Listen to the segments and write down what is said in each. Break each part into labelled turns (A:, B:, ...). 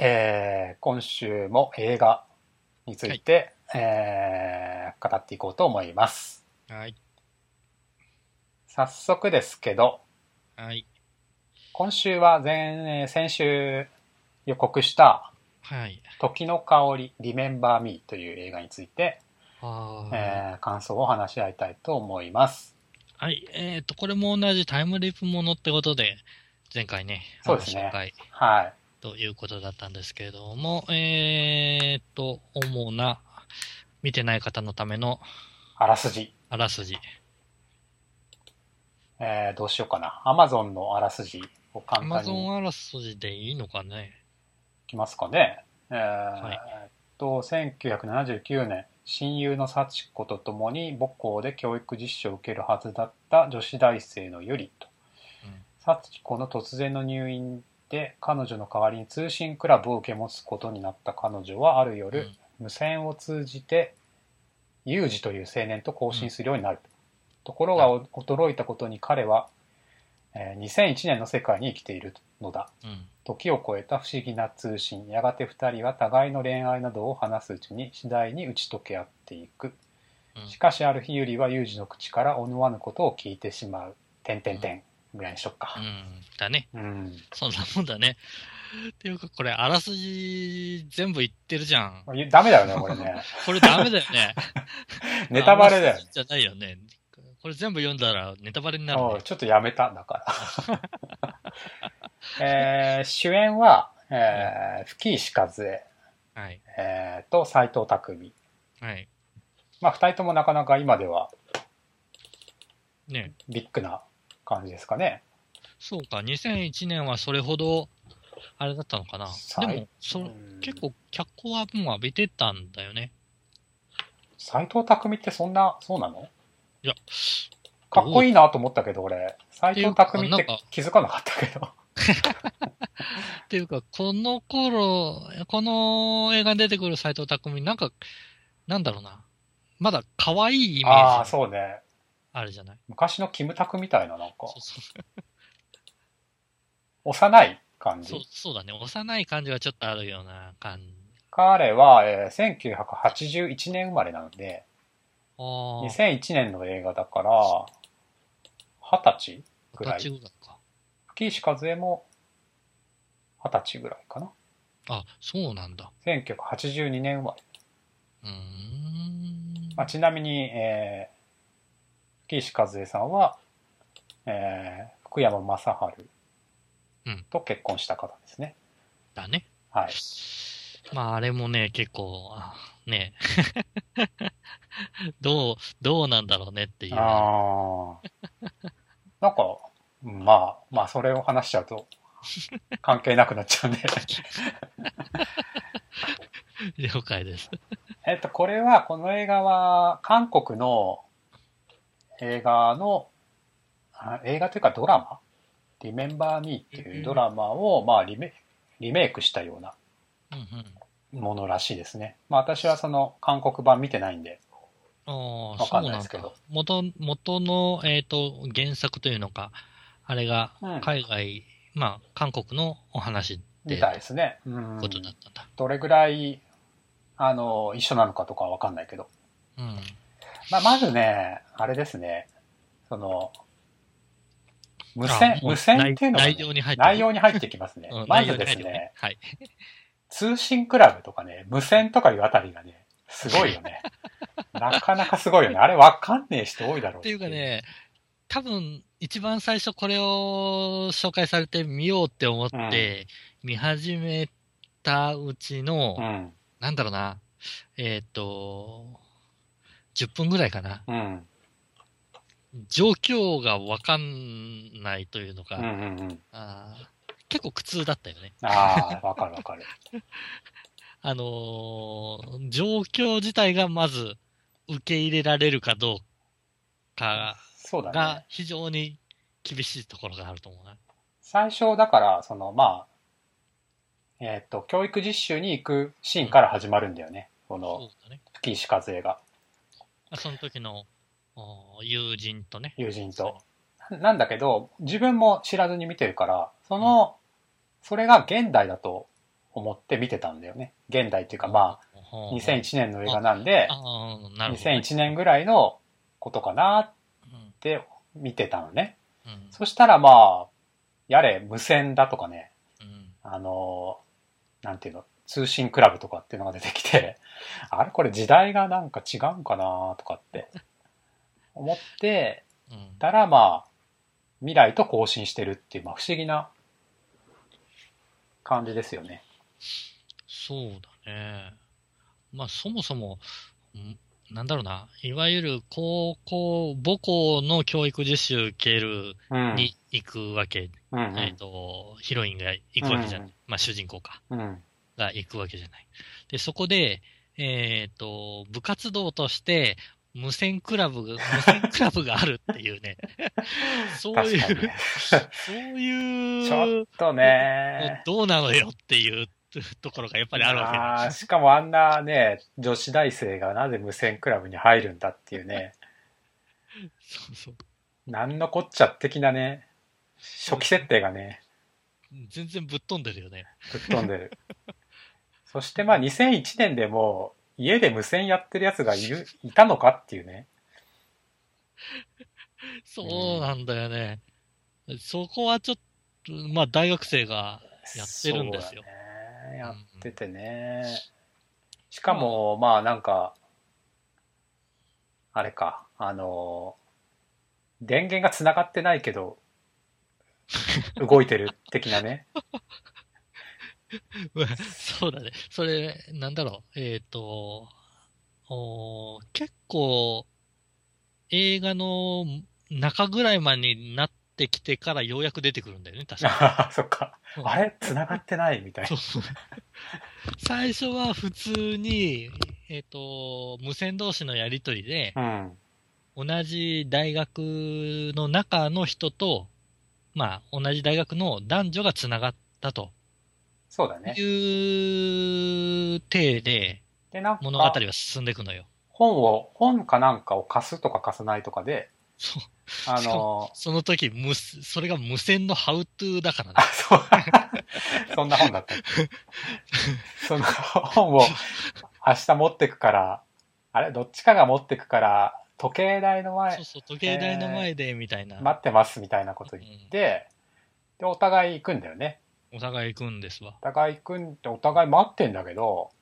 A: えー今週も映画について、えー語っていこうと思います。
B: はい。
A: 早速ですけど、
B: はい。
A: 今週は前、えー先週予告した
B: はい。
A: 時の香り Remember Me という映画について、
B: あ
A: えー感想を話し合いたいと思います。
B: はい。えっ、と、これも同じタイムリープものってことで、前回ね、
A: そうですね
B: あの紹介
A: はい。
B: ということだったんですけれども、えっ、と、主な、見てない方のための
A: あらすじ。
B: あらすじ。
A: えーどうしようかな。Amazon のあらすじを
B: ア
A: 簡
B: マ
A: 単
B: ゾ
A: にい
B: ンあらすじでいいのかね
A: きますかね。えー
B: い
A: えっと、1979年、親友の幸子と共に母校で教育実習を受けるはずだった女子大生のゆりと、
B: うん
A: 幸子の突然の入院で彼女の代わりに通信クラブを受け持つことになった彼女はある夜、
B: うん
A: 無線を通じてユージという青年と交信するようになると、ところがお驚いたことに彼は、えー2001年の世界に生きているのだ
B: うん。
A: 時を超えた不思議な通信やがて2人は互いの恋愛などを話すうちに次第に打ち解け合っていく
B: うん
A: しかしある日ユリはユージの口から思わぬことを聞いてしまう「てんてんてん」ぐらいにしとっ
B: う
A: か
B: ん。だね。
A: うん
B: そんなもんだね。っていうか、これ、あらすじ全部言ってるじゃん。
A: ダメだよねこれね
B: これダメだよね。
A: ネタバレだよ
B: あんま好きじゃないよね。これ全部読んだらネタバレになる
A: お
B: ね
A: う。ちょっとやめたんだ から。えー主演は、えー、吹石和恵、
B: はい。
A: えーと斎藤匠。
B: はい。
A: まあ、二人ともなかなか今では
B: ね。
A: ビッグな感じですかね。
B: そうか、2001年はそれほど、あれだったのかな。
A: 最
B: でも、そ
A: うん
B: 結構、脚光はもう浴びてたんだよね。
A: 斎藤匠ってそんな、そうなの
B: いや、
A: かっこいいなと思ったけど、俺、斎藤匠って
B: っていうかなんか
A: 気づかなかったけど。
B: っていうか、この頃、この映画に出てくる斎藤匠、なんか、なんだろうな。まだ可愛いイメ
A: ああ、
B: ージ
A: そうね。
B: あるじゃない。
A: 昔のキムタクみたいな、なんか、
B: そうそう
A: 幼い感じ
B: そう。そうだね。幼い感じがちょっとあるような感じ。
A: 彼は、えー1981年生まれなので、
B: ああ。
A: 2001年の映画だから、二十歳くらい。
B: 形ぐらいか。
A: 吹石和恵も二十歳ぐらいかな。
B: あ、そうなんだ。
A: 1982年生まれ。
B: うーん。
A: まあ、ちなみに、えー、吹石和恵さんは、えー福山雅
B: うん
A: 治と結婚した方ですね。
B: だね。
A: はい。
B: まあ、あれもね、結構、あね どう、どうなんだろうねっていう。あ
A: ああ。なんか、まあ、まあ、それを話しちゃうと、関係なくなっち ゃうんで。
B: 了解です。
A: えっと、これは、この映画は、韓国の映画の、あ映画というかドラマ、リメンバー・ミーっていうドラマを、まあリメ、リメイクしたような
B: うんうん。
A: ものらしいですね。まあ、私はその韓国版見てないんで、
B: ああ、
A: わ
B: そ
A: か
B: うん
A: ない
B: な
A: で
B: ん
A: すけ
B: だ
A: ど。
B: 元、元の、えっ、と、原作というのか、あれが
A: うん、
B: 海外、まあ、韓国のお話
A: み
B: で、
A: たいですね。うん
B: ことだったんだ。
A: どれぐらい、あの、一緒なのかとかはわかんないけど。
B: うん。
A: まあ、まずね、あれですね、その、無線
B: あ、もう
A: 無線っていうのがね、
B: 内内容に入ってる
A: 内容に入ってきますね
B: う。ん
A: ま
B: 内容
A: ず
B: に
A: で
B: 入
A: す
B: るよ
A: ね、
B: はい。
A: 通信クラブとかね、無線とかいうあたりがね、すごいよ ね。なかなかすごいよね。あれわかんねえ人多いだろう
B: っていうか、ね、多分一番最初これを紹介されてみようって思って見始めたうちの、
A: うん、
B: なんだろうな、えっ、と、10分ぐらいかな。
A: うん、
B: 状況がわかんないというのか、
A: うん、うん、うん。
B: あー結構苦痛だったよね。
A: ああ、わかるわかる。
B: あのー状況自体がまず受け入れられるかどうか
A: そうだね
B: が。非常に厳しいところがあると思うな。
A: 最初だからそのまあえっ、と教育実習に行くシーンから始まるんだよねこの
B: そうだね。
A: 吹石和恵が
B: その時のお友人とね。
A: 友人となんだけど自分も知らずに見てるからその、それが現代だと思って見てたんだよね。現代っていうかまあ、
B: 2001
A: 2001年の映画なんで、
B: ああ、なるほど。
A: 2001年ぐらいのことかなっ
B: うん
A: て見てたのね。
B: うん
A: そしたらまあ、やれ無線だとかね、
B: うん
A: あの、なんていうの、通信クラブとかっていうのが出てきて、 あれこれ時代がなんか違うんかなとかって思って
B: うん
A: たら、まあ、未来と更新してるっていう、まあ不思議な感じですよね。
B: そうだね。まあ、そもそも、んなんだろうな、いわゆる高校、母校の教育実習系る
A: うん。
B: に行くわけ、
A: うんう
B: えっ
A: ん。
B: と、ヒロインが行くわけじゃない。
A: うん
B: まあ、主人公か、
A: うん。
B: が行くわけじゃない。で、そこで、えっ、と、部活動として、無線クラブ、無線クラブがあるってい うね。そうい
A: 確かに
B: う
A: ね、。
B: そういう、
A: ちょっとね。
B: どうなのよっていうところがやっぱりあるわけ
A: あ
B: だ
A: ーしかもあんなね、女子大生がなぜ無線クラブに入るんだっていうね、
B: そうそう。
A: なんのこっちゃ的なね、初期設定がね、
B: 全然ぶっ飛んでるよね。
A: ぶっ飛んでる。そしてまあ2001年でもう家で無線やってる奴がいる、いたのかっていうね。
B: そうなんだよね。そこはちょっと、まあ大学生が、やってるんです
A: そ
B: よ
A: うだねやっててね。しかもまあなんか、あれか、あの、電源が繋がってないけど、動いてる的な ね。
B: そうだね。それ、なんだろう。えっ、と、おー結構、映画の中ぐらいまでになってきてからようやく出てくるんだよね、確か
A: あそっか。
B: に。
A: あれ繋がってないみたいな
B: そう。最初は普通に、えっ、と、無線同士のやりとりで、
A: うん。
B: 同じ大学の中の人と、まあ、同じ大学の男女がつながったと
A: そうだね。
B: いう体で
A: で、なんか、
B: 物語は進んでいくのよ。
A: 本を、本かなんかを貸すとか貸さないとかで、
B: そう
A: あ
B: しか
A: の、
B: その時、無す、それが無線のハウトゥーだから
A: あ
B: ね。、
A: そう、 そんな本だ った。その本を明日持ってくから、あれ、どっちかが持ってくから、時計台の前
B: そう、そう、時計台の前で、みたいな。
A: 待ってますみたいなこと言って、で、お互い行くんだよね。
B: お互い行くんですわ
A: お。互い行くんで、お互い待ってんだけど、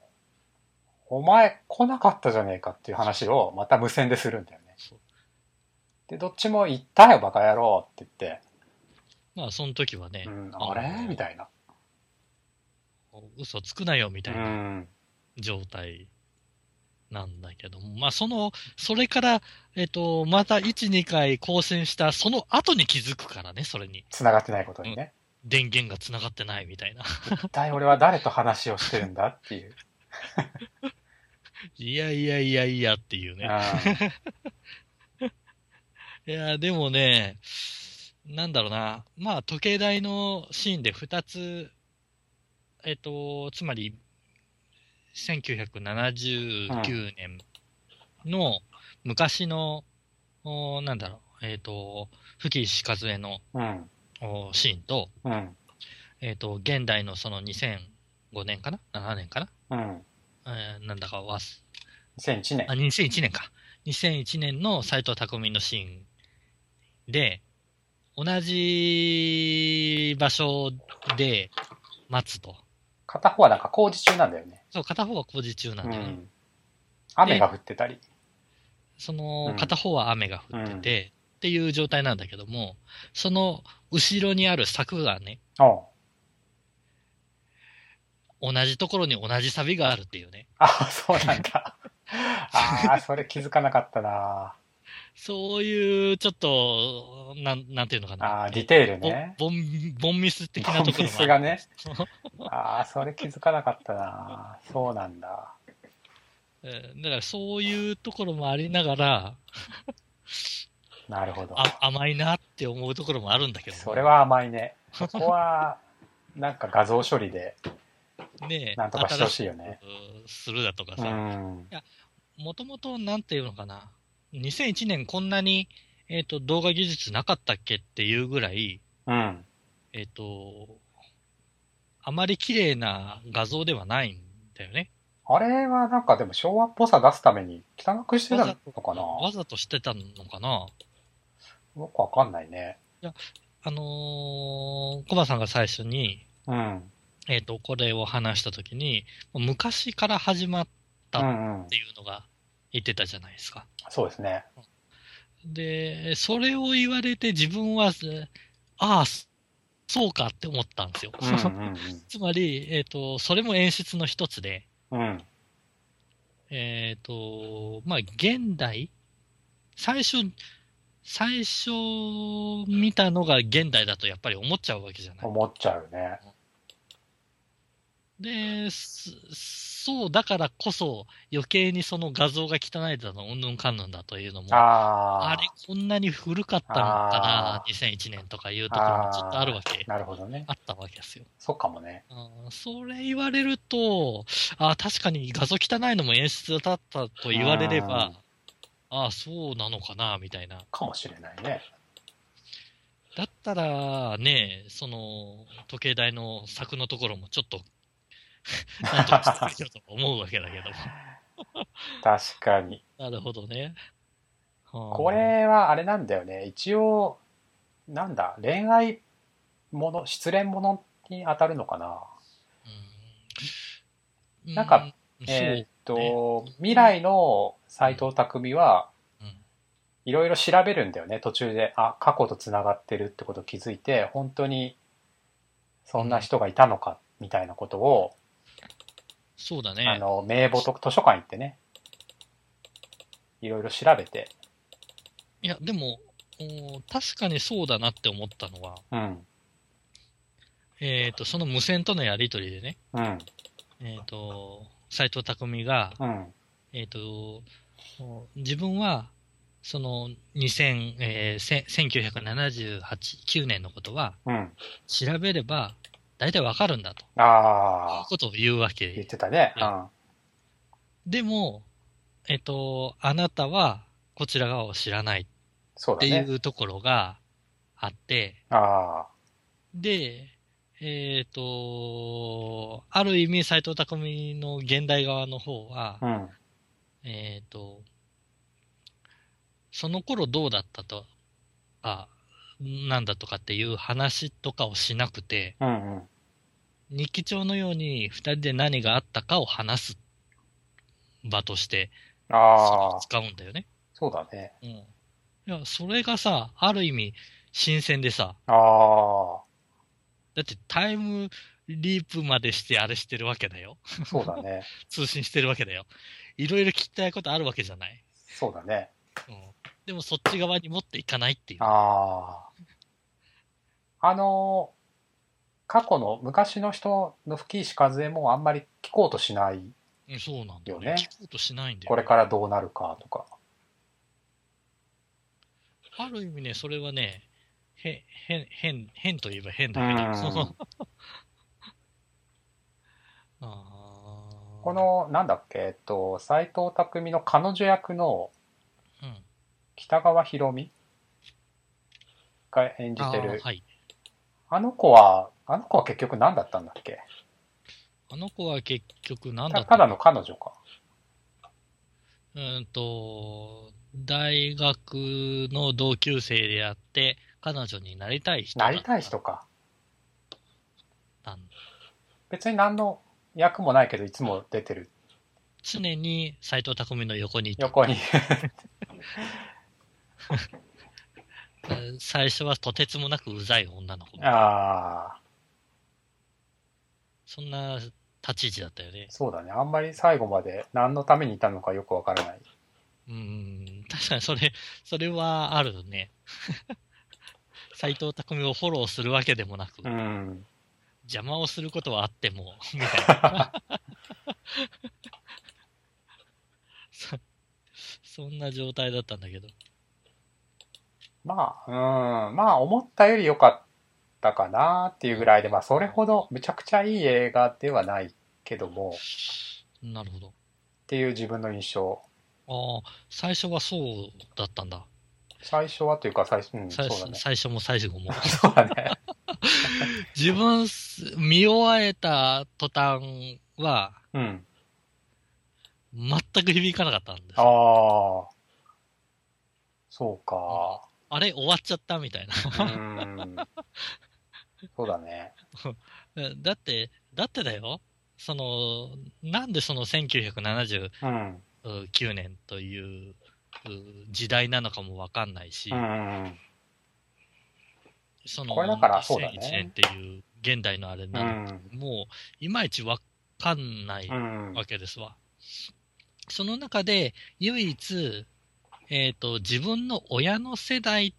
A: お前来なかったじゃねえかっていう話をまた無線でするんだよね。
B: そう
A: で、どっちも行ったよ、バカ野郎って言って、
B: まあ、その時はね
A: う、ん、あれみたいな。
B: 嘘つくなよ、み
A: う
B: たいな。
A: ん。
B: 状態なんだけども、まあ、その、それから、えっと、また1、2回更新した、その後に気づくからね、それに。
A: 繋がってないことにね。
B: 電源が繋がってないみたいな。
A: 一体俺は誰と話をしてるんだっていう。
B: いやいやいやいやっていう ね。
A: う
B: いや、でもね、なんだろうな。まあ、時計台のシーンで2つ、えっと、つまり、1979年の昔の、おなんだろう、えっと、吹石和恵の
A: ん。うん。
B: おシーンと、
A: うん。
B: えっ、と、現代のその2005年かな ?7 年か
A: う
B: な、
A: ん。
B: えーなんだかわす。
A: 2001年
B: あ、。2001年か。2001年の斎藤匠のシーンで、同じ場所で待つと。
A: 片方はなんか工事中なんだよね。
B: そう、片方は工事中な
A: うん
B: だよね。
A: ん。雨が降ってたり。
B: そうの
A: ん
B: 片方は雨が降ってて、っていう状態なんだけども、その後ろにある柵がね、
A: おう
B: 同じところに同じサビがあるっていうね。
A: あ、そうなんだ。 ああ、それ気づかなかったな。
B: そういう、ちょっと、なん、なんていうのかな。
A: ああ、ディテールね。
B: ボン、ボン、ボンミス的なところ
A: ボ
B: もある
A: ンミスが ね。ああ、それ気づかなかったな。そうなんだ。
B: えーだからそういうところもありながら、
A: なるほど。
B: あ甘いなって思うところもあるんだけど、
A: それ。は甘い ね。そこは、なんか画像処理で、
B: ねえ
A: なんとかしてほしいよね。
B: 新しくするだとか
A: う
B: さ。
A: ん。
B: もともとなんていうのかな。2001年こんなに、えっ、と、動画技術なかったっけっていうぐらい、
A: うん。
B: えっ、と、あまり綺麗な画像ではないんだよね。
A: あれはなんかでも昭和っぽさ出すために汚くしてたのかな
B: わざとしてたのかな
A: よくわかんないね。
B: あのーコバさんが最初に、
A: うん。
B: えっ、と、これを話したときに、昔から始まっ
A: う
B: たっ
A: んうん
B: て。いうのが言ってたじゃないですか。
A: そうです ね。
B: で、それを言われて自分は、えああ、そそうかって思ったんですよ。
A: うんうん
B: つまり、えっ、と、それも演出の一つで、
A: うん。うん。
B: えっ、と、まあ、現代最初、最初見たのが現代だとやっぱり思っちゃうわけじゃない。
A: 思っちゃうね。
B: で、すそうだからこそ余計にその画像が汚いだの、うんぬんかんぬんだというのも、あ
A: ああ。
B: れこんなに古かったのかな、2001年とかいうところもちょっとあるわけ、
A: なるほどね。
B: あったわけですよ。
A: そうかもね。
B: うんそれ言われると、あ確かに画像汚いのも演出だったと言われれば、ああ、そうなのかな、みたいな。
A: かもしれないね。
B: だったら、ね、その、時計台の柵のところもちょっと、 なんとかしてくれよと思うわけだけども。
A: 確かに。
B: なるほどね。はあ
A: これはあれなんだよね。一応、なんだ、恋愛もの、失恋ものに当たるのかな。
B: う
A: なんか、
B: うん
A: えーっ
B: そう
A: と、未来の斎藤匠は、
B: そううん
A: いろいろ調べるんだよね、途中で。あ、過去と繋がってるってこと気づいて、本当に、そんな人がいたのか、みたいなことを、
B: そうだ
A: あ
B: ね。
A: の、名簿と図書館行ってね、いろいろ調べて、
B: いや、でも、お確かにそうだなって思ったのは、
A: うん、
B: えっ、と、その無線とのやりとりでね、
A: うん、
B: えっ、と、斎藤匠が、
A: うん、
B: えっ、と、お自分は、その2000、えーせ1978、9年のことは、
A: うん。
B: 調べれば、大体わかるんだと、いう
A: ああ、
B: ことを言うわけ
A: 言ってたね。
B: でも、えっと、あなたはこちら側を知らないっ
A: そうだ
B: てい
A: ね。
B: うところがあって、
A: あ
B: で、えっ、と、ある意味斎藤匠の現代側の方は
A: あ、う、ん、
B: えっ、と、その頃どうだったとか、なんだとかっていう話とかをしなくて、
A: うん、うん。
B: 日記帳のように二人で何があったかを話す場として
A: ああ、
B: 使うんだよね。
A: そうだね。
B: うん。いや、それがさ、ある意味、新鮮でさ、
A: あ
B: だってタイムリープまでしてあれしてるわけだよ。
A: あ、そうだね。
B: 通信してるわけだよ。いろいろ聞きたいことあるわけじゃない。
A: そうだね。
B: うん。でもそっち側に持っていかないっていう。
A: ああ。あのー過去の昔の人の吹石和恵もあんまり聞こうとしない。
B: うんそうなんだよ
A: よ
B: ね。
A: ね
B: 聞こうとしないんだよ。
A: これからどうなるかとか。
B: ある意味ね、それはね、へ、変、変、変といえば変
A: う
B: だけど、そ
A: ん
B: の、 あー
A: こ、の、なんだっけ、えっと、斎藤匠の彼女役の
B: うん、
A: 北川博美が演じて
B: あ
A: る
B: ー。はい。
A: あの子は、あの子は結局何だったんだっけ
B: あの子は結局なんだ
A: た
B: ったけ
A: だの彼女か。
B: うーんと、大学の同級生であって、彼女になりたい人だ
A: な
B: っ
A: りたい人か。
B: たん
A: 別に何の役もないけど、いつも出てる。
B: 常に斎藤匠の横にいて、
A: 横に。
B: えー最初はとてつもなくうざい女の子。
A: ああ、
B: そんな立ち位置だったよね。
A: そうだね。あんまり最後まで何のためにいたのかよくわからない。
B: うーん、確かにそれ、それはあるね。 斎藤匠をフォローするわけでもなく、
A: うん。
B: 邪魔をすることはあって も、みたいな。そそんな状態だったんだけど。
A: まあ、うん。まあ、思ったより良かったかなっていうぐらいで、まあ、それほどむちゃくちゃいい映画ではないけども、っ
B: なるほど。
A: ていう自分の印象。
B: ああ、最初はそうだったんだ。
A: 最初はというか、最初、うん、そ
B: 最
A: う
B: 初
A: だね。
B: 最初も最後も。
A: そうだね。
B: 自分、す見終えた途端は、
A: うん。
B: 全く響かなかったんです
A: あ
B: よ。
A: あ。そうか。
B: あれ終わっちゃったみたいな。
A: うん。そうだね。
B: だって、だってだよ。その、なんでその1979
A: うん。
B: 年というう時代なのかもわかんないし、
A: うん。
B: その、
A: これだからそうだね
B: 2001年っていう現代のあれ
A: う
B: なの、
A: ん。
B: もう、いまいちわかんない
A: うん。
B: わけですわ。その中で、唯一、えっ、と、自分の親の世代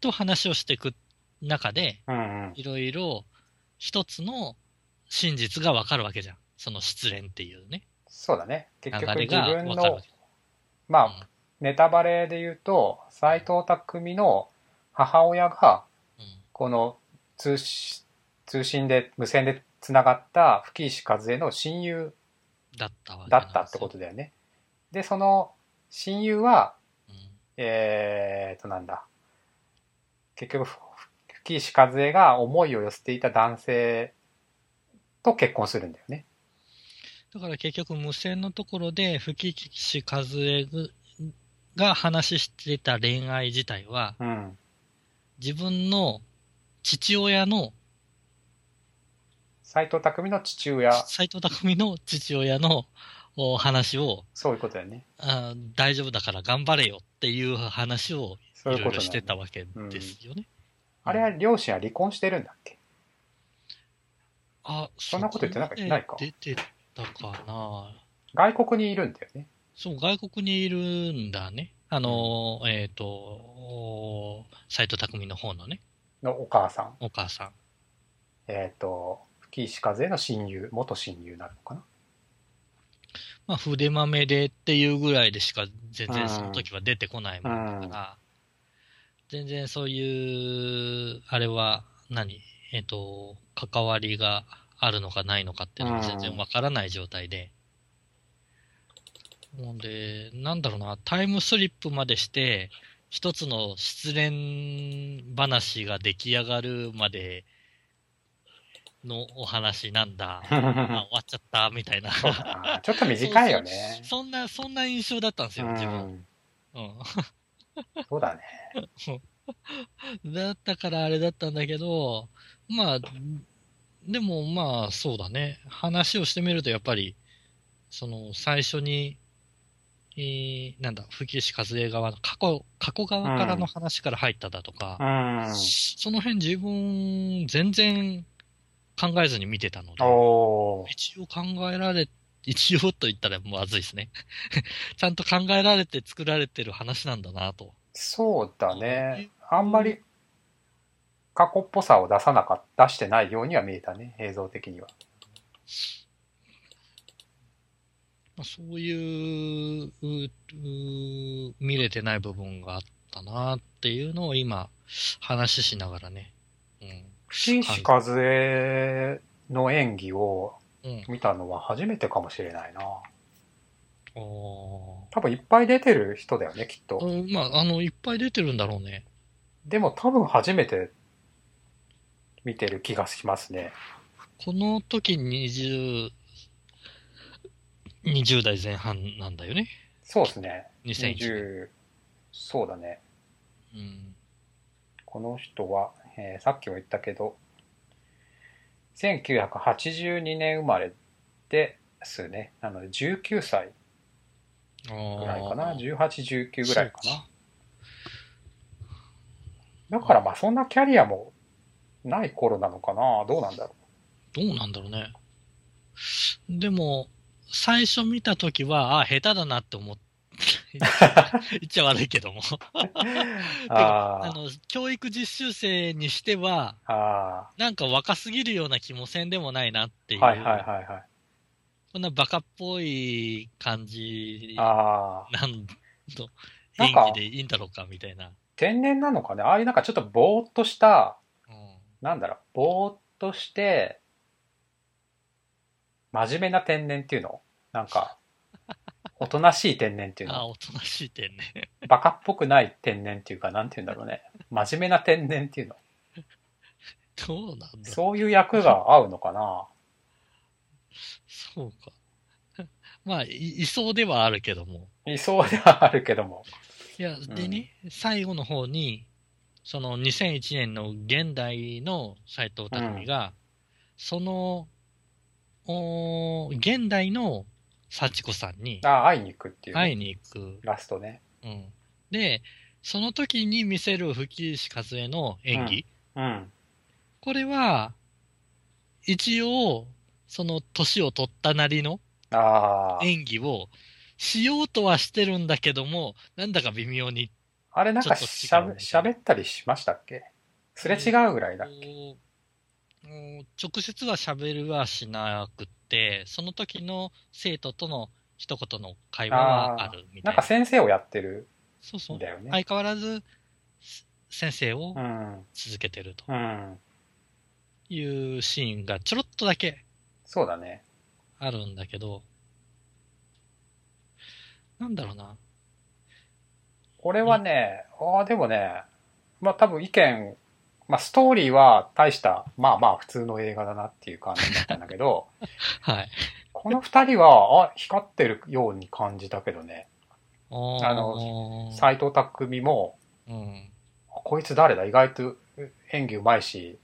B: と話をしていく中で、
A: うん。
B: いろいろ一つの真実がわかるわけじゃん。その失恋っていうね、
A: そうだね。
B: 流
A: 結局
B: れ
A: 自
B: がわか
A: 分
B: るわ
A: の
B: け。
A: ま
B: うん
A: あ、ネタバレで言うと、斎藤匠の母親が、
B: うん
A: この通し通信で、無線で繋がった吹石和恵の親友
B: だったわけ
A: だ
B: なん
A: ったってことだよね。で、その親友は、
B: ですよ。
A: えーっと、なんだ。結局、ふ吹石和恵が思いを寄せていた男性と結婚するんだよね。
B: うんだから結局無線のところで、吹岸和恵が話してた恋愛自体は、
A: うん。
B: 自分の父親の、
A: 斎藤匠の父親、
B: 斎藤匠の父親のお話を、
A: そういうことだよね。
B: あー大丈夫だから頑張れよっていう話を
A: そう
B: い
A: いう
B: ろ
A: ことだよ
B: いろ
A: ね
B: してたわけですよね。
A: あれは両親は離婚してるんだっけ
B: あ、
A: そんなこと言ってなんかいないか
B: そこまで出てたかな。
A: 外国にいるんだよね。
B: そう、外国にいるんだね。あのー、えっ、と、お斎藤匠の方のね、
A: のお母さん。
B: お母さん。
A: えっ、と、吹石和恵の親友、元親友になるのかな。
B: まあ、筆豆でっていうぐらいでしか全然その時は出てこないもんだから、全然そういう、あれは何、えっ、と、関わりがあるのかないのかっていうのが全然わからない状態で。ほんで、なんだろうな、タイムスリップまでして、一つの失恋話が出来上がるまでのお話なん だ。あ終わっちゃった、みた いな。
A: そうだなちょっと短いよね。
B: そんな、そんな印象だったんです
A: う
B: よ、自分。
A: ん、
B: う
A: そうだね。
B: ん。だったからあれだったんだけど、まあ、でもまあ、そうだね。話をしてみると、やっぱり、その、最初に、えーなんだ、吹石和江側の過去、過去側からの話から入っただと
A: う
B: か、
A: ん。
B: その辺自分、全然考えずに見てたので。
A: おー
B: 一応考えられ、一応と言ったらまずいですね。 ちゃんと考えられて作られてる話なんだなと。
A: そうだね。あんまり過去っぽさを出さなかった、出してないようには見えたね、映像的には。
B: まあ、そういううう見れてない部分があったなっていうのを今、話ししながらね。う
A: 吹石和恵の演技を
B: ん。うん。
A: 見たのは初めてかもしれないな。
B: お
A: 多分いっぱい出てる人だよね、きっ
B: ー
A: と。
B: うんまあ、あの、いっぱい出てるんだろうね。
A: でも多分初めて見てる気がしますね。
B: この時20、20代前半なんだよね。
A: そうですね。
B: 2001
A: 20そうだね
B: 年。うん。
A: この人は、えーさっきも言ったけど1982年生まれですねなので19歳ぐらいかな
B: あー
A: 1819ぐらいか
B: そう
A: なだからまあそんなキャリアもない頃なのかなどうなんだ ろ
B: どうなんだろうね。でも、最初見たときは、あ、下手だなって思って、 言っちゃ悪いけども。
A: う
B: てか
A: あ
B: あの、教育実習生にしては、
A: ああ
B: なんか若すぎるような気もせんでもないなってい
A: ー
B: う。
A: はいはいはいは
B: こんなバカっぽい感じ
A: いああ
B: なんと、
A: なん
B: 演
A: か
B: 技でいいんだろうか、みたいな。
A: 天然なのかねああいうなんかちょっとぼーっとした
B: うん
A: なんだろう、ぼーっとして、真面目な天然っていうのなんか、おとなしい天然っていう
B: あ、
A: の
B: おとなしい点ね。
A: バカっぽくない天然っていうか、なんて言うんだろうね。真面目な天然っていうの
B: どうなんだそ
A: そういう役が合うのかな。
B: うか。 まあい、いそうではあるけども。
A: いそうではあるけども。
B: いや、でね、最後の方に、その2001年の現代の斎藤匠が、その、おー現代の幸子さんに
A: あ、会いに行くっていうね、
B: 会いに行く。
A: ラストね。
B: うん、で、その時に見せる吹石和恵の演技、
A: うん。
B: これは、一応、その年を取ったなりの
A: ああ。
B: 演技をしようとはしてるんだけども、なんだか微妙に、
A: あれなんかしゃ
B: ちょっ
A: べ
B: と違う
A: しゃべったりしましたっけすれ違うぐらいだっけ、
B: こううん直接は喋るはしなくって、その時の生徒との一言の会話はあるみた
A: ないんか。
B: な
A: 先生をやってる
B: そうそ
A: ん
B: う。
A: だよね。
B: 相変わらず、す先生を
A: うん。
B: 続けてると
A: うん。
B: いうシーンがちょろっとだけ
A: そうだね。
B: あるんだけど、なんだろうな。
A: これはね、ああ、でもね、まあ多分意見、まあストーリーは大した、まあまあ普通の映画だなっていう感じだったんだけ ど、
B: はい。
A: この二人は、あ、光ってるように感じたけどね、あ
B: の
A: 斎藤匠も、
B: うん。
A: こいつ誰だ意外と演技うまいし、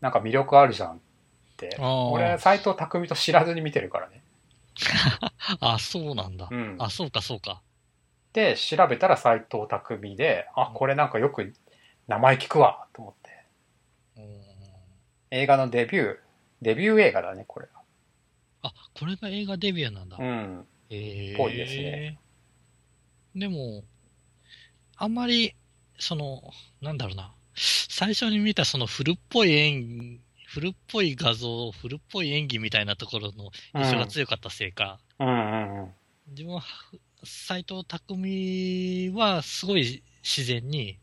A: なんか魅力あるじゃんって。
B: あー
A: 俺、斎藤匠と知らずに見てるからね。
B: あ、そうなんだ
A: う。ん。
B: あ、そうか、そうか。
A: で、調べたら斎藤匠で、あ、これなんかよく名前聞くわ、と思って。
B: うん
A: 映画のデビュー、デビュー映画だね、これは。
B: あ、これが映画デビューなんだ。
A: うん。
B: ええ
A: ぽいですね。
B: でも、あんまり、その、なんだろうな。最初に見たその古っぽい演技、古っぽい画像、古っぽい演技みたいなところの
A: うん
B: 印象が強かったせいか、
A: うんうんうん。
B: 自分は、斎藤匠はすごい自然に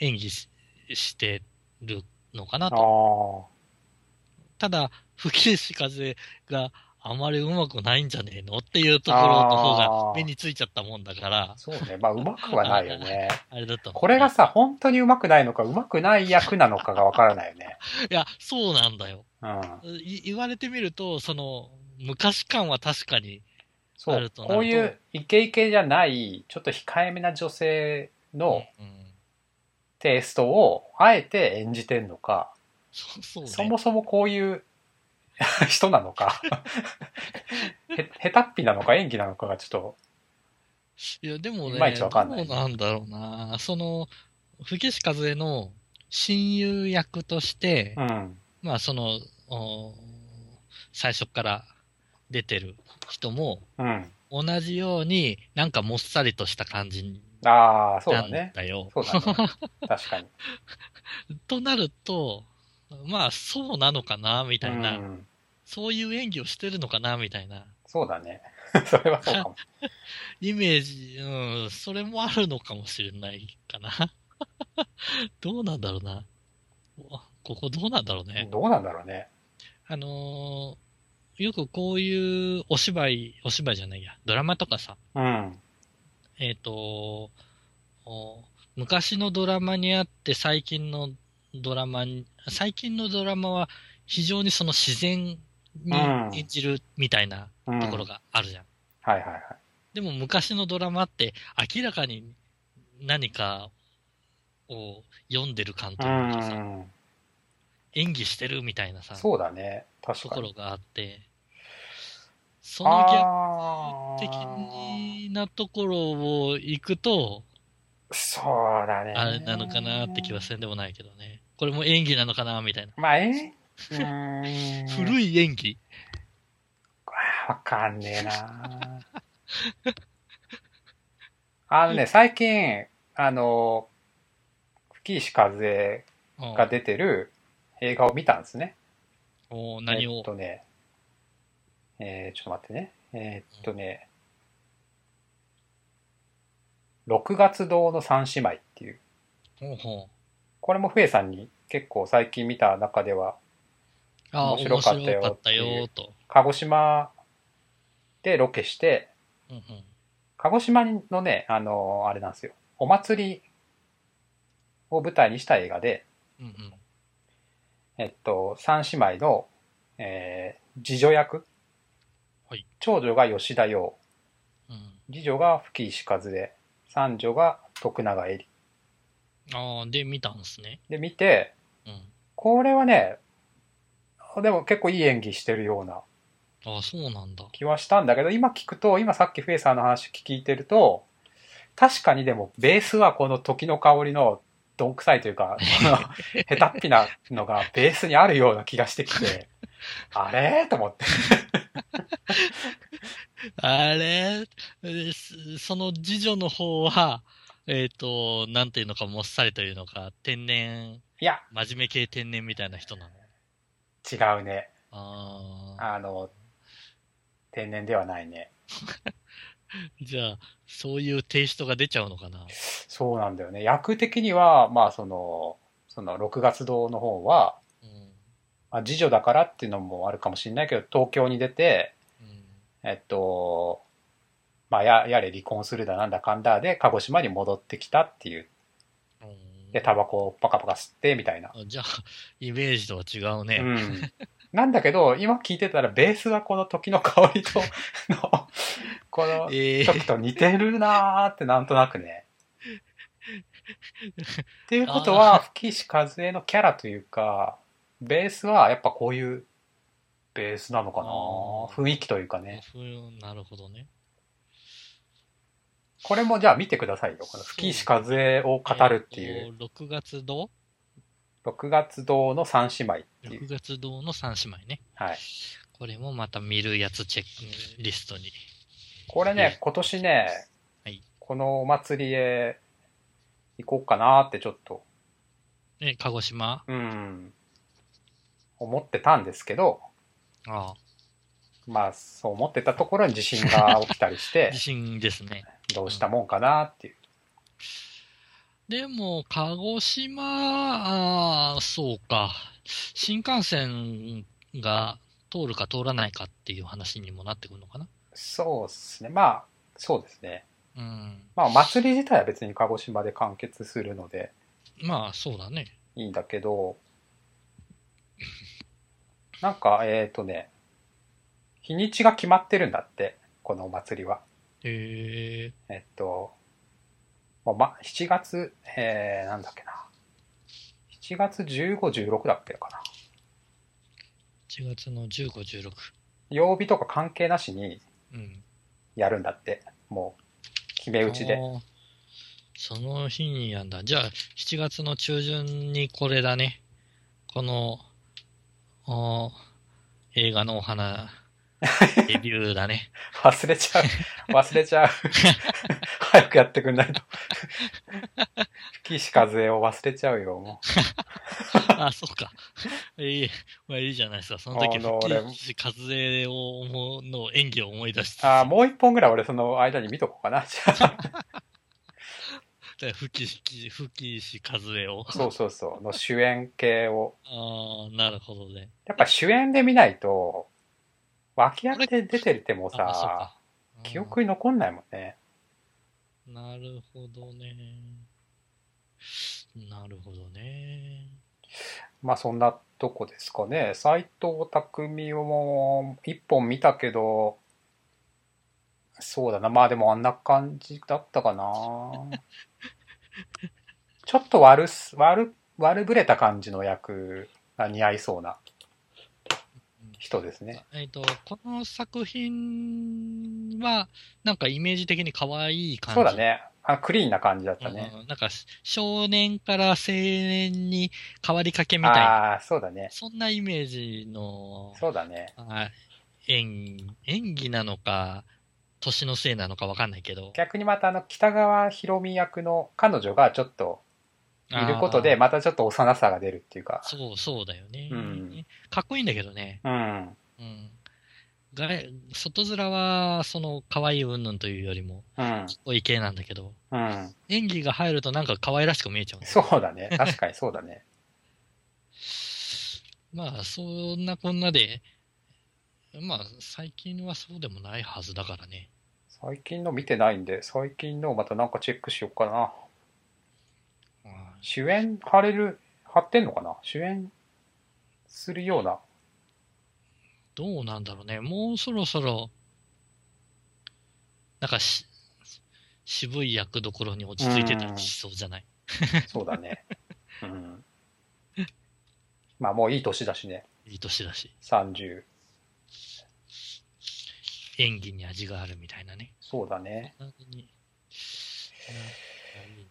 B: 演技ししてるのかな
A: あ
B: と。
A: あ。
B: ただ、吹石風があまりうまくないんじゃねえのっていうところの方
A: あ
B: が
A: ー
B: 目についちゃったもんだから、
A: そうね。まあ、うまくはないよ ね。
B: あれだったの
A: これがさ、本当にうまくないのか、うまくない役なのかがわからないよね。
B: いや、そうなんだよ。
A: うん。
B: い言われてみると、その、昔感は確かに、
A: そ
B: あ
A: う
B: るとなると
A: こういうイケイケじゃないちょっと控えめな女性の
B: うん
A: テイストをあえて演じてんのか、
B: そうそうね。
A: そもそもこういう 人なの かへ下手っぴなのか演技なのかがちょっと
B: いや、でもね、
A: いまいちわかんない
B: どうなんだろうな。その、吹石風の親友役として、
A: うん
B: まあ、その、お最初から出てる人も、
A: うん
B: 同じように、なんかもっさりとした感じ
A: ああそう
B: な
A: だ
B: んだ
A: ね
B: よ。
A: そうだね確かに
B: となると、まあ、そうなのか な、み
A: う
B: たいな、
A: ん
B: そういう演技をしてるのかな、みたいな、
A: そうだね それはそうかも
B: イメージ、うん、それもあるのかもしれないかな。 どうなんだろうな。うわここどうなんだろうね。
A: どうなんだろうね
B: あのーよくこういうお芝居、お芝居じゃないや、ドラマとかさ、
A: うん
B: えっ、と、お昔のドラマにあって最近のドラマに、最近のドラマは非常にその自然に演じるみたいな
A: うん
B: ところがあるじゃん。
A: はいはいはい
B: でも昔のドラマって明らかに何かを読んでる感と
A: う
B: いうかさ、
A: ん
B: 演技してるみたいなさ、
A: そうだね確
B: と
A: か
B: こ
A: に
B: ろがあって、そのギャ
A: あ
B: 的
A: ー
B: なところを行くと、
A: そうだね。
B: あれなのかなって気はせんでもないけどね。これも演技なのかなみたいな。
A: まあ、えうーん。い。
B: 古い演技
A: わかんねえな。あのね、最近、あの、吹石風
B: うん
A: が出てる映画を見たんですね。
B: おー何
A: えっ
B: を、
A: とね、えー、ちょっと待ってね。えーっとね、六月堂の三姉妹っていう。
B: ほうほう
A: これもふえさんに結構最近見た中では
B: あー
A: 面白かったよ
B: 面白かったよーと。
A: 鹿児島でロケして、
B: うんうん
A: 鹿児島のね、あの、あれなんですよ。お祭りを舞台にした映画で、
B: うんうん
A: えっと、三姉妹の、えー次女役、
B: はい
A: 長女が吉田洋、
B: うん。
A: 次女が吹石和恵、三女が徳永恵里。
B: ああ、で、見たんですね。
A: で、見て、
B: うん。
A: これはね、でも結構いい演技してるような
B: ああ、そうなんだ。
A: 気はしたんだけど、今聞くと、今さっきフェイサーの話聞いてると、確かにでもベースはこの時の香りのどんくさいというか、 この下手っぴなのがベースにあるような気がしてきて、あれと思って。
B: あれえすその次女の方は、えっ、と、なんていうのか、もっさりというのか、天然、
A: いや、
B: 真面目系天然みたいな人なの。
A: 違うね。
B: ああ。
A: あの、天然ではないね。
B: じゃあ、そういうテイストが出ちゃうのかな。
A: そうなんだよね。役的には、まあその、その6月堂の方は、
B: うん。
A: まあ、次女だからっていうのもあるかもしれないけど、東京に出て、
B: うん。
A: えっと、まあ、や、やれ離婚するだなんだかんだで、鹿児島に戻ってきたっていう。
B: うん
A: で、タバコをパカパカ吸って、みたいな。
B: あじゃあ、イメージとは違うね。
A: うん。なんだけど、今聞いてたら、ベースはこの時の香りと、 の、この
B: ええ
A: 時と似てるなーって、なんとなくね。っていうことは、吹石和恵のキャラというか、ベースはやっぱこういうベースなのかな
B: あー
A: 雰囲気というかね。
B: そうなるほどね。
A: これもじゃあ見てくださいよ。この吹石和恵を語るっていう、
B: う。6月堂
A: 6月堂の三姉妹っていう。
B: ?6 月堂の三姉妹ね。
A: はい。
B: これもまた見るやつチェックリストに。
A: これね、今年ね
B: はい、
A: このお祭りへ行こうかなってちょっと、
B: え、鹿児島
A: うん、思ってたんですけど、
B: あ
A: まあそう思ってたところに地震が起きたりし
B: あ、
A: て
B: 地、震ですね。
A: どうしたもんかなっていう。
B: でも、鹿児島、ああ、そうか。新幹線が通るか通らないかっていう話にもなってくるのかな
A: そうですね。まあ、そうですね。
B: うん。
A: まあ祭り自体は別に鹿児島で完結するので
B: まあ、そうだね。
A: いいんだけど、なんか、えっ、とね、日にちが決まってるんだって、このお祭りは。
B: へえ
A: えっと、もうま、7月、えー、なんだっけな。7月15、16だっけかな。
B: 1月の15、16。
A: 曜日とか関係なしに
B: うん。
A: やるんだって。もう、決め打ちで。
B: あーその日にやんだ。じゃあ、7月の中旬にこれだね。この、お映画のお 花、レビューだね。
A: 忘れちゃう。忘れちゃう。早くやってくんないと。吹石和恵を忘れちゃうよ、も
B: あ、そうか。いい、まあいいじゃないですか。その時
A: あの、俺
B: 復帰し、和江を思う、の演技を思い出して
A: う。、ああ、もう一本ぐらい俺その間に見とこうかな。じ ゃあ。
B: 復帰し、復帰し、和江を。
A: そうそうそう。の主演系を。
B: ああ、なるほどね。
A: やっぱ主演で見ないと、脇役で出てても
B: あそう
A: さ、
B: か。
A: 記憶に残んないもんね。
B: なるほどね。なるほどね。
A: まあそんなとこですかね。斎藤匠をもう一本見たけど、そうだな。まあでもあんな感じだったかな。 ちょっと悪す、悪、悪ぶれた感じの役が似合いそうな人ですね。
B: えっ、と、この作品は、なんかイメージ的に可愛い感じ。
A: そうだね。あクリーンな感じだっ
B: うん
A: た
B: うん。
A: ね。
B: なんか、少年から青年に変わりかけみたいな。
A: ああ、そうだね。
B: そんなイメージの、
A: そうだね。
B: あ演演技なのか、年のせいなのかわかんないけど。
A: 逆にまたあの北川博美役の彼女がちょっといること
B: あ
A: で
B: ー
A: またちょっと幼さが出るっていうか
B: そう、そうだよね、
A: うん
B: かっこいいんだけどね。
A: うん
B: うん。が外面は、その、可愛い云々というよりも、
A: うん
B: かっこいい系なんだけど、
A: うん
B: 演技が入るとなんか可愛らしく見えちゃうんだよ
A: そうだね確かにそうだね
B: まあ、そんなこんなで、まあ、最近はそうでもないはずだからね。
A: 最近の見てないんで最近のをまたなんかチェックしようかな
B: うん
A: 主演貼れる貼ってんのかな主演するような。
B: どうなんだろうね。もうそろそろ、なんかし、渋い役どころに落ち着いてたりしそうじゃない
A: そうだね。うん。まあもういい年だしね。
B: いい年だし、
A: 30。
B: 演技に味があるみたいなね。
A: そうだね。
B: 本当に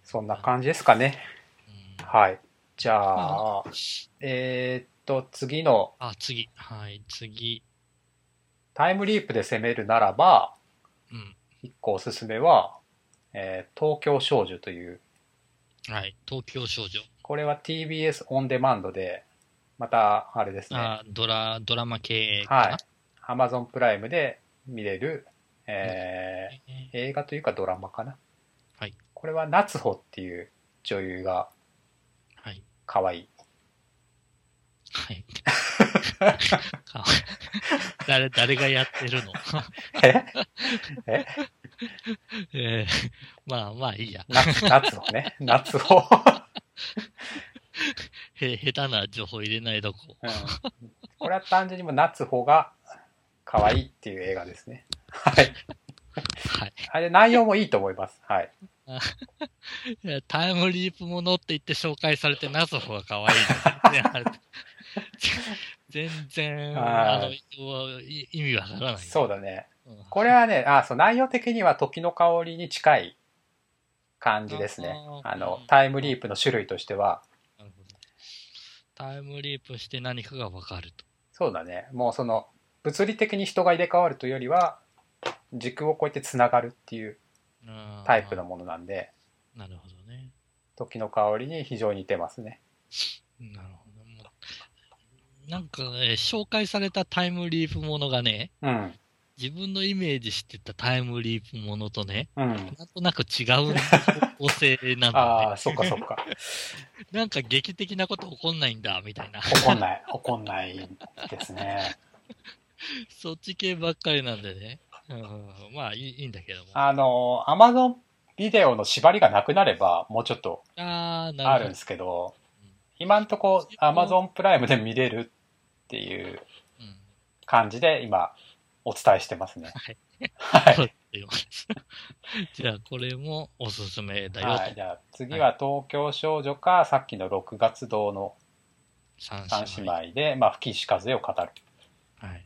A: そんな感じですかね。
B: うん
A: はい。じゃあ、えーっと、次の
B: あ、次。はい、次。
A: タイムリープで攻めるならば、
B: うん。
A: 一個おすすめは、えー東京少女という、
B: はい、東京少女。
A: これは TBS オンデマンドで、また、あれですね。
B: あドラ、ドラマ系かな。
A: はい。Amazon プライムで見れる、えー
B: え
A: 映画というかドラマかな。
B: はい
A: これは夏穂っていう女優が
B: ーはい。
A: 可 愛い。
B: はい。 か誰、誰がやってるの
A: え
B: えーまあまあいいや。
A: 夏夏穂ね。 夏穂、
B: へ、下手な情報入れないどこ。
A: うんこれは単純にもう夏穂が可愛いっていう映画ですね。はい。
B: はい。
A: あれ内容もいいと思います。はい。
B: いやタイムリープものって言って紹介されて、ナゾホが可愛いの。全然、
A: あ
B: あ
A: ー
B: の、い意味わからない。
A: そうだね。
B: うん。
A: これはね、あそう内容的には時の香りに近い感じですね。
B: あー
A: あの、タイムリープの種類としては、
B: なるほど。タイムリープして何かがわかると。
A: そうだね。もうその、物理的に人が入れ替わるというよりは、軸を超えてつながるっていう
B: うん
A: タイプの。ものなんで、
B: なるほどね。
A: 時の香りに非常に似てますね。
B: なるほど。もうなんか、ね、紹介されたタイムリープものがね、
A: うん。
B: 自分のイメージしてたタイムリープものとね、
A: うん。
B: なんとなく違 う構成なんだ
A: あ
B: ね
A: あ、。そっかそっか。
B: なんか劇的なこと起こんないんだ、みたいな。
A: 怒ん ない、怒んないですね。
B: そっち系ばっかりなんでね。うん、まあいい、いいんだけども。あ
A: あの、アマゾンビデオの縛りがなくなれば、もうちょっと
B: あー、な
A: あるん
B: るほど
A: で。すけど、今んとこアマゾンプライムで見れるっていう
B: うん
A: 感じで今、お伝えしてますね。
B: はい
A: はい。
B: そうですよ じゃあ、これもおすすめだよと。
A: はい、じゃあ次は東京少女か、さっきの六月堂の
B: 三
A: 三姉妹で、まあ、吹石風を語る
B: はい。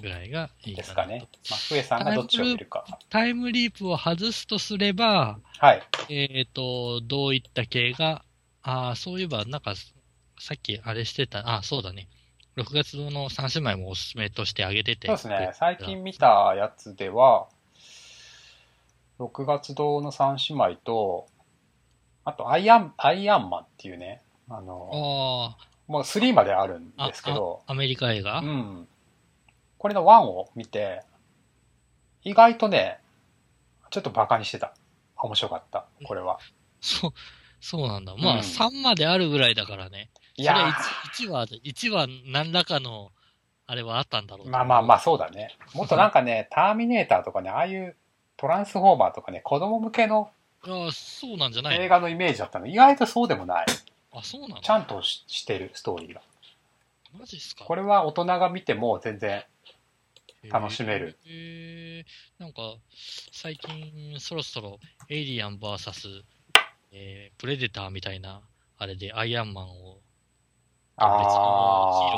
B: ぐらいがいい
A: です
B: か
A: か
B: なと。
A: ね。まあ、笛さんがどっちを見るか。
B: タイムリープを外すとすれば、
A: はい。
B: えっ、と、どういった系が、ああ、そういえば、なんか、さっきあれしてた、ああ、そうだね。6月堂の三姉妹もおすすめとして挙げてて。
A: そうですね。最近見たやつでは、六月堂の三姉妹と、あとアイアン、アイアンマンっていうね、あの、
B: あ
A: もう3まであるん
B: あ、あ
A: ですけど、
B: あアメリカ映画、
A: うん。これの1を見て、意外とね、ちょっとバカにしてた。面白かった、これは。
B: そう、そうなんだ。ま
A: うん
B: あ、3まであるぐらいだからね。
A: い
B: それ
A: や
B: は
A: ー
B: 1, 話で、1話何らかの、あれはあったんだろうと思う
A: まあまあまあ、そうだね。もっとなんかね、ターミネーターとかね、ああいうトランスフォーマーとかね、子供向けの
B: ああ、そうなんじゃないの
A: 映画のイメージだったの、意外とそうでもない。
B: あ、そうなの
A: ちゃんとししてる、ストーリーが。
B: マジっすか
A: これは大人が見ても全然、楽しめる。
B: えー、なんか、最近、そろそろ、エイリアン VS、えー、プレデターみたいな、あれで、アイアンマンを、別のヒーロ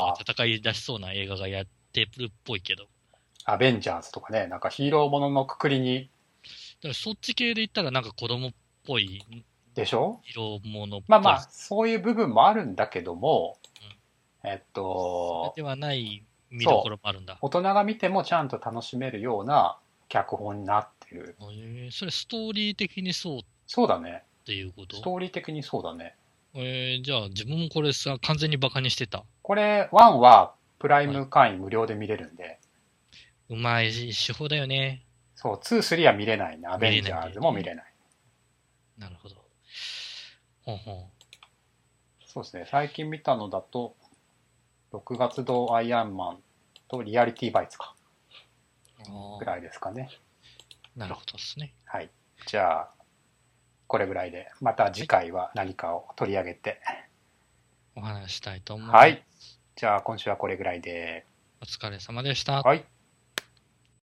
A: あ
B: ーが戦い出しそうな映画がやってるっぽいけど。だ
A: あ、アベンジャーズとかね、なんかヒーローもののくくりに、
B: からそっち系で言ったら、なんか子供っぽい、
A: でしょ
B: 色物っぽい。
A: まあまあ、そういう部分もあるんだけども、えっと、
B: ではない見どころもあるんだ。
A: 大人が見てもちゃんと楽しめるような脚本になってる。
B: えーそれストーリー的にそうっ
A: そうだね。
B: ていうこと
A: ストーリー的にそうだね。
B: えー、じゃあ自分もこれさ、完全にバカにしてた。
A: これ、1はプライム会員無料で見れるんで、
B: うまい手法だよね。
A: そう、2、3は見れないね。アベンジャーズも見
B: 見
A: れ
B: れ
A: ない。
B: なるほど。ほんほん。
A: そうですね。最近見たのだと、6月堂アイアンマンとリアリティバイツか。
B: あ
A: ぐ
B: あ
A: らいですかね。
B: なるほどですね。
A: はい。じゃあ、これぐらいで、また次回は何かを取り上げて。
B: お話ししたいと思います。
A: はい。
B: じゃあ今週はこれぐらいで。
A: お疲れ様でした。
B: はい。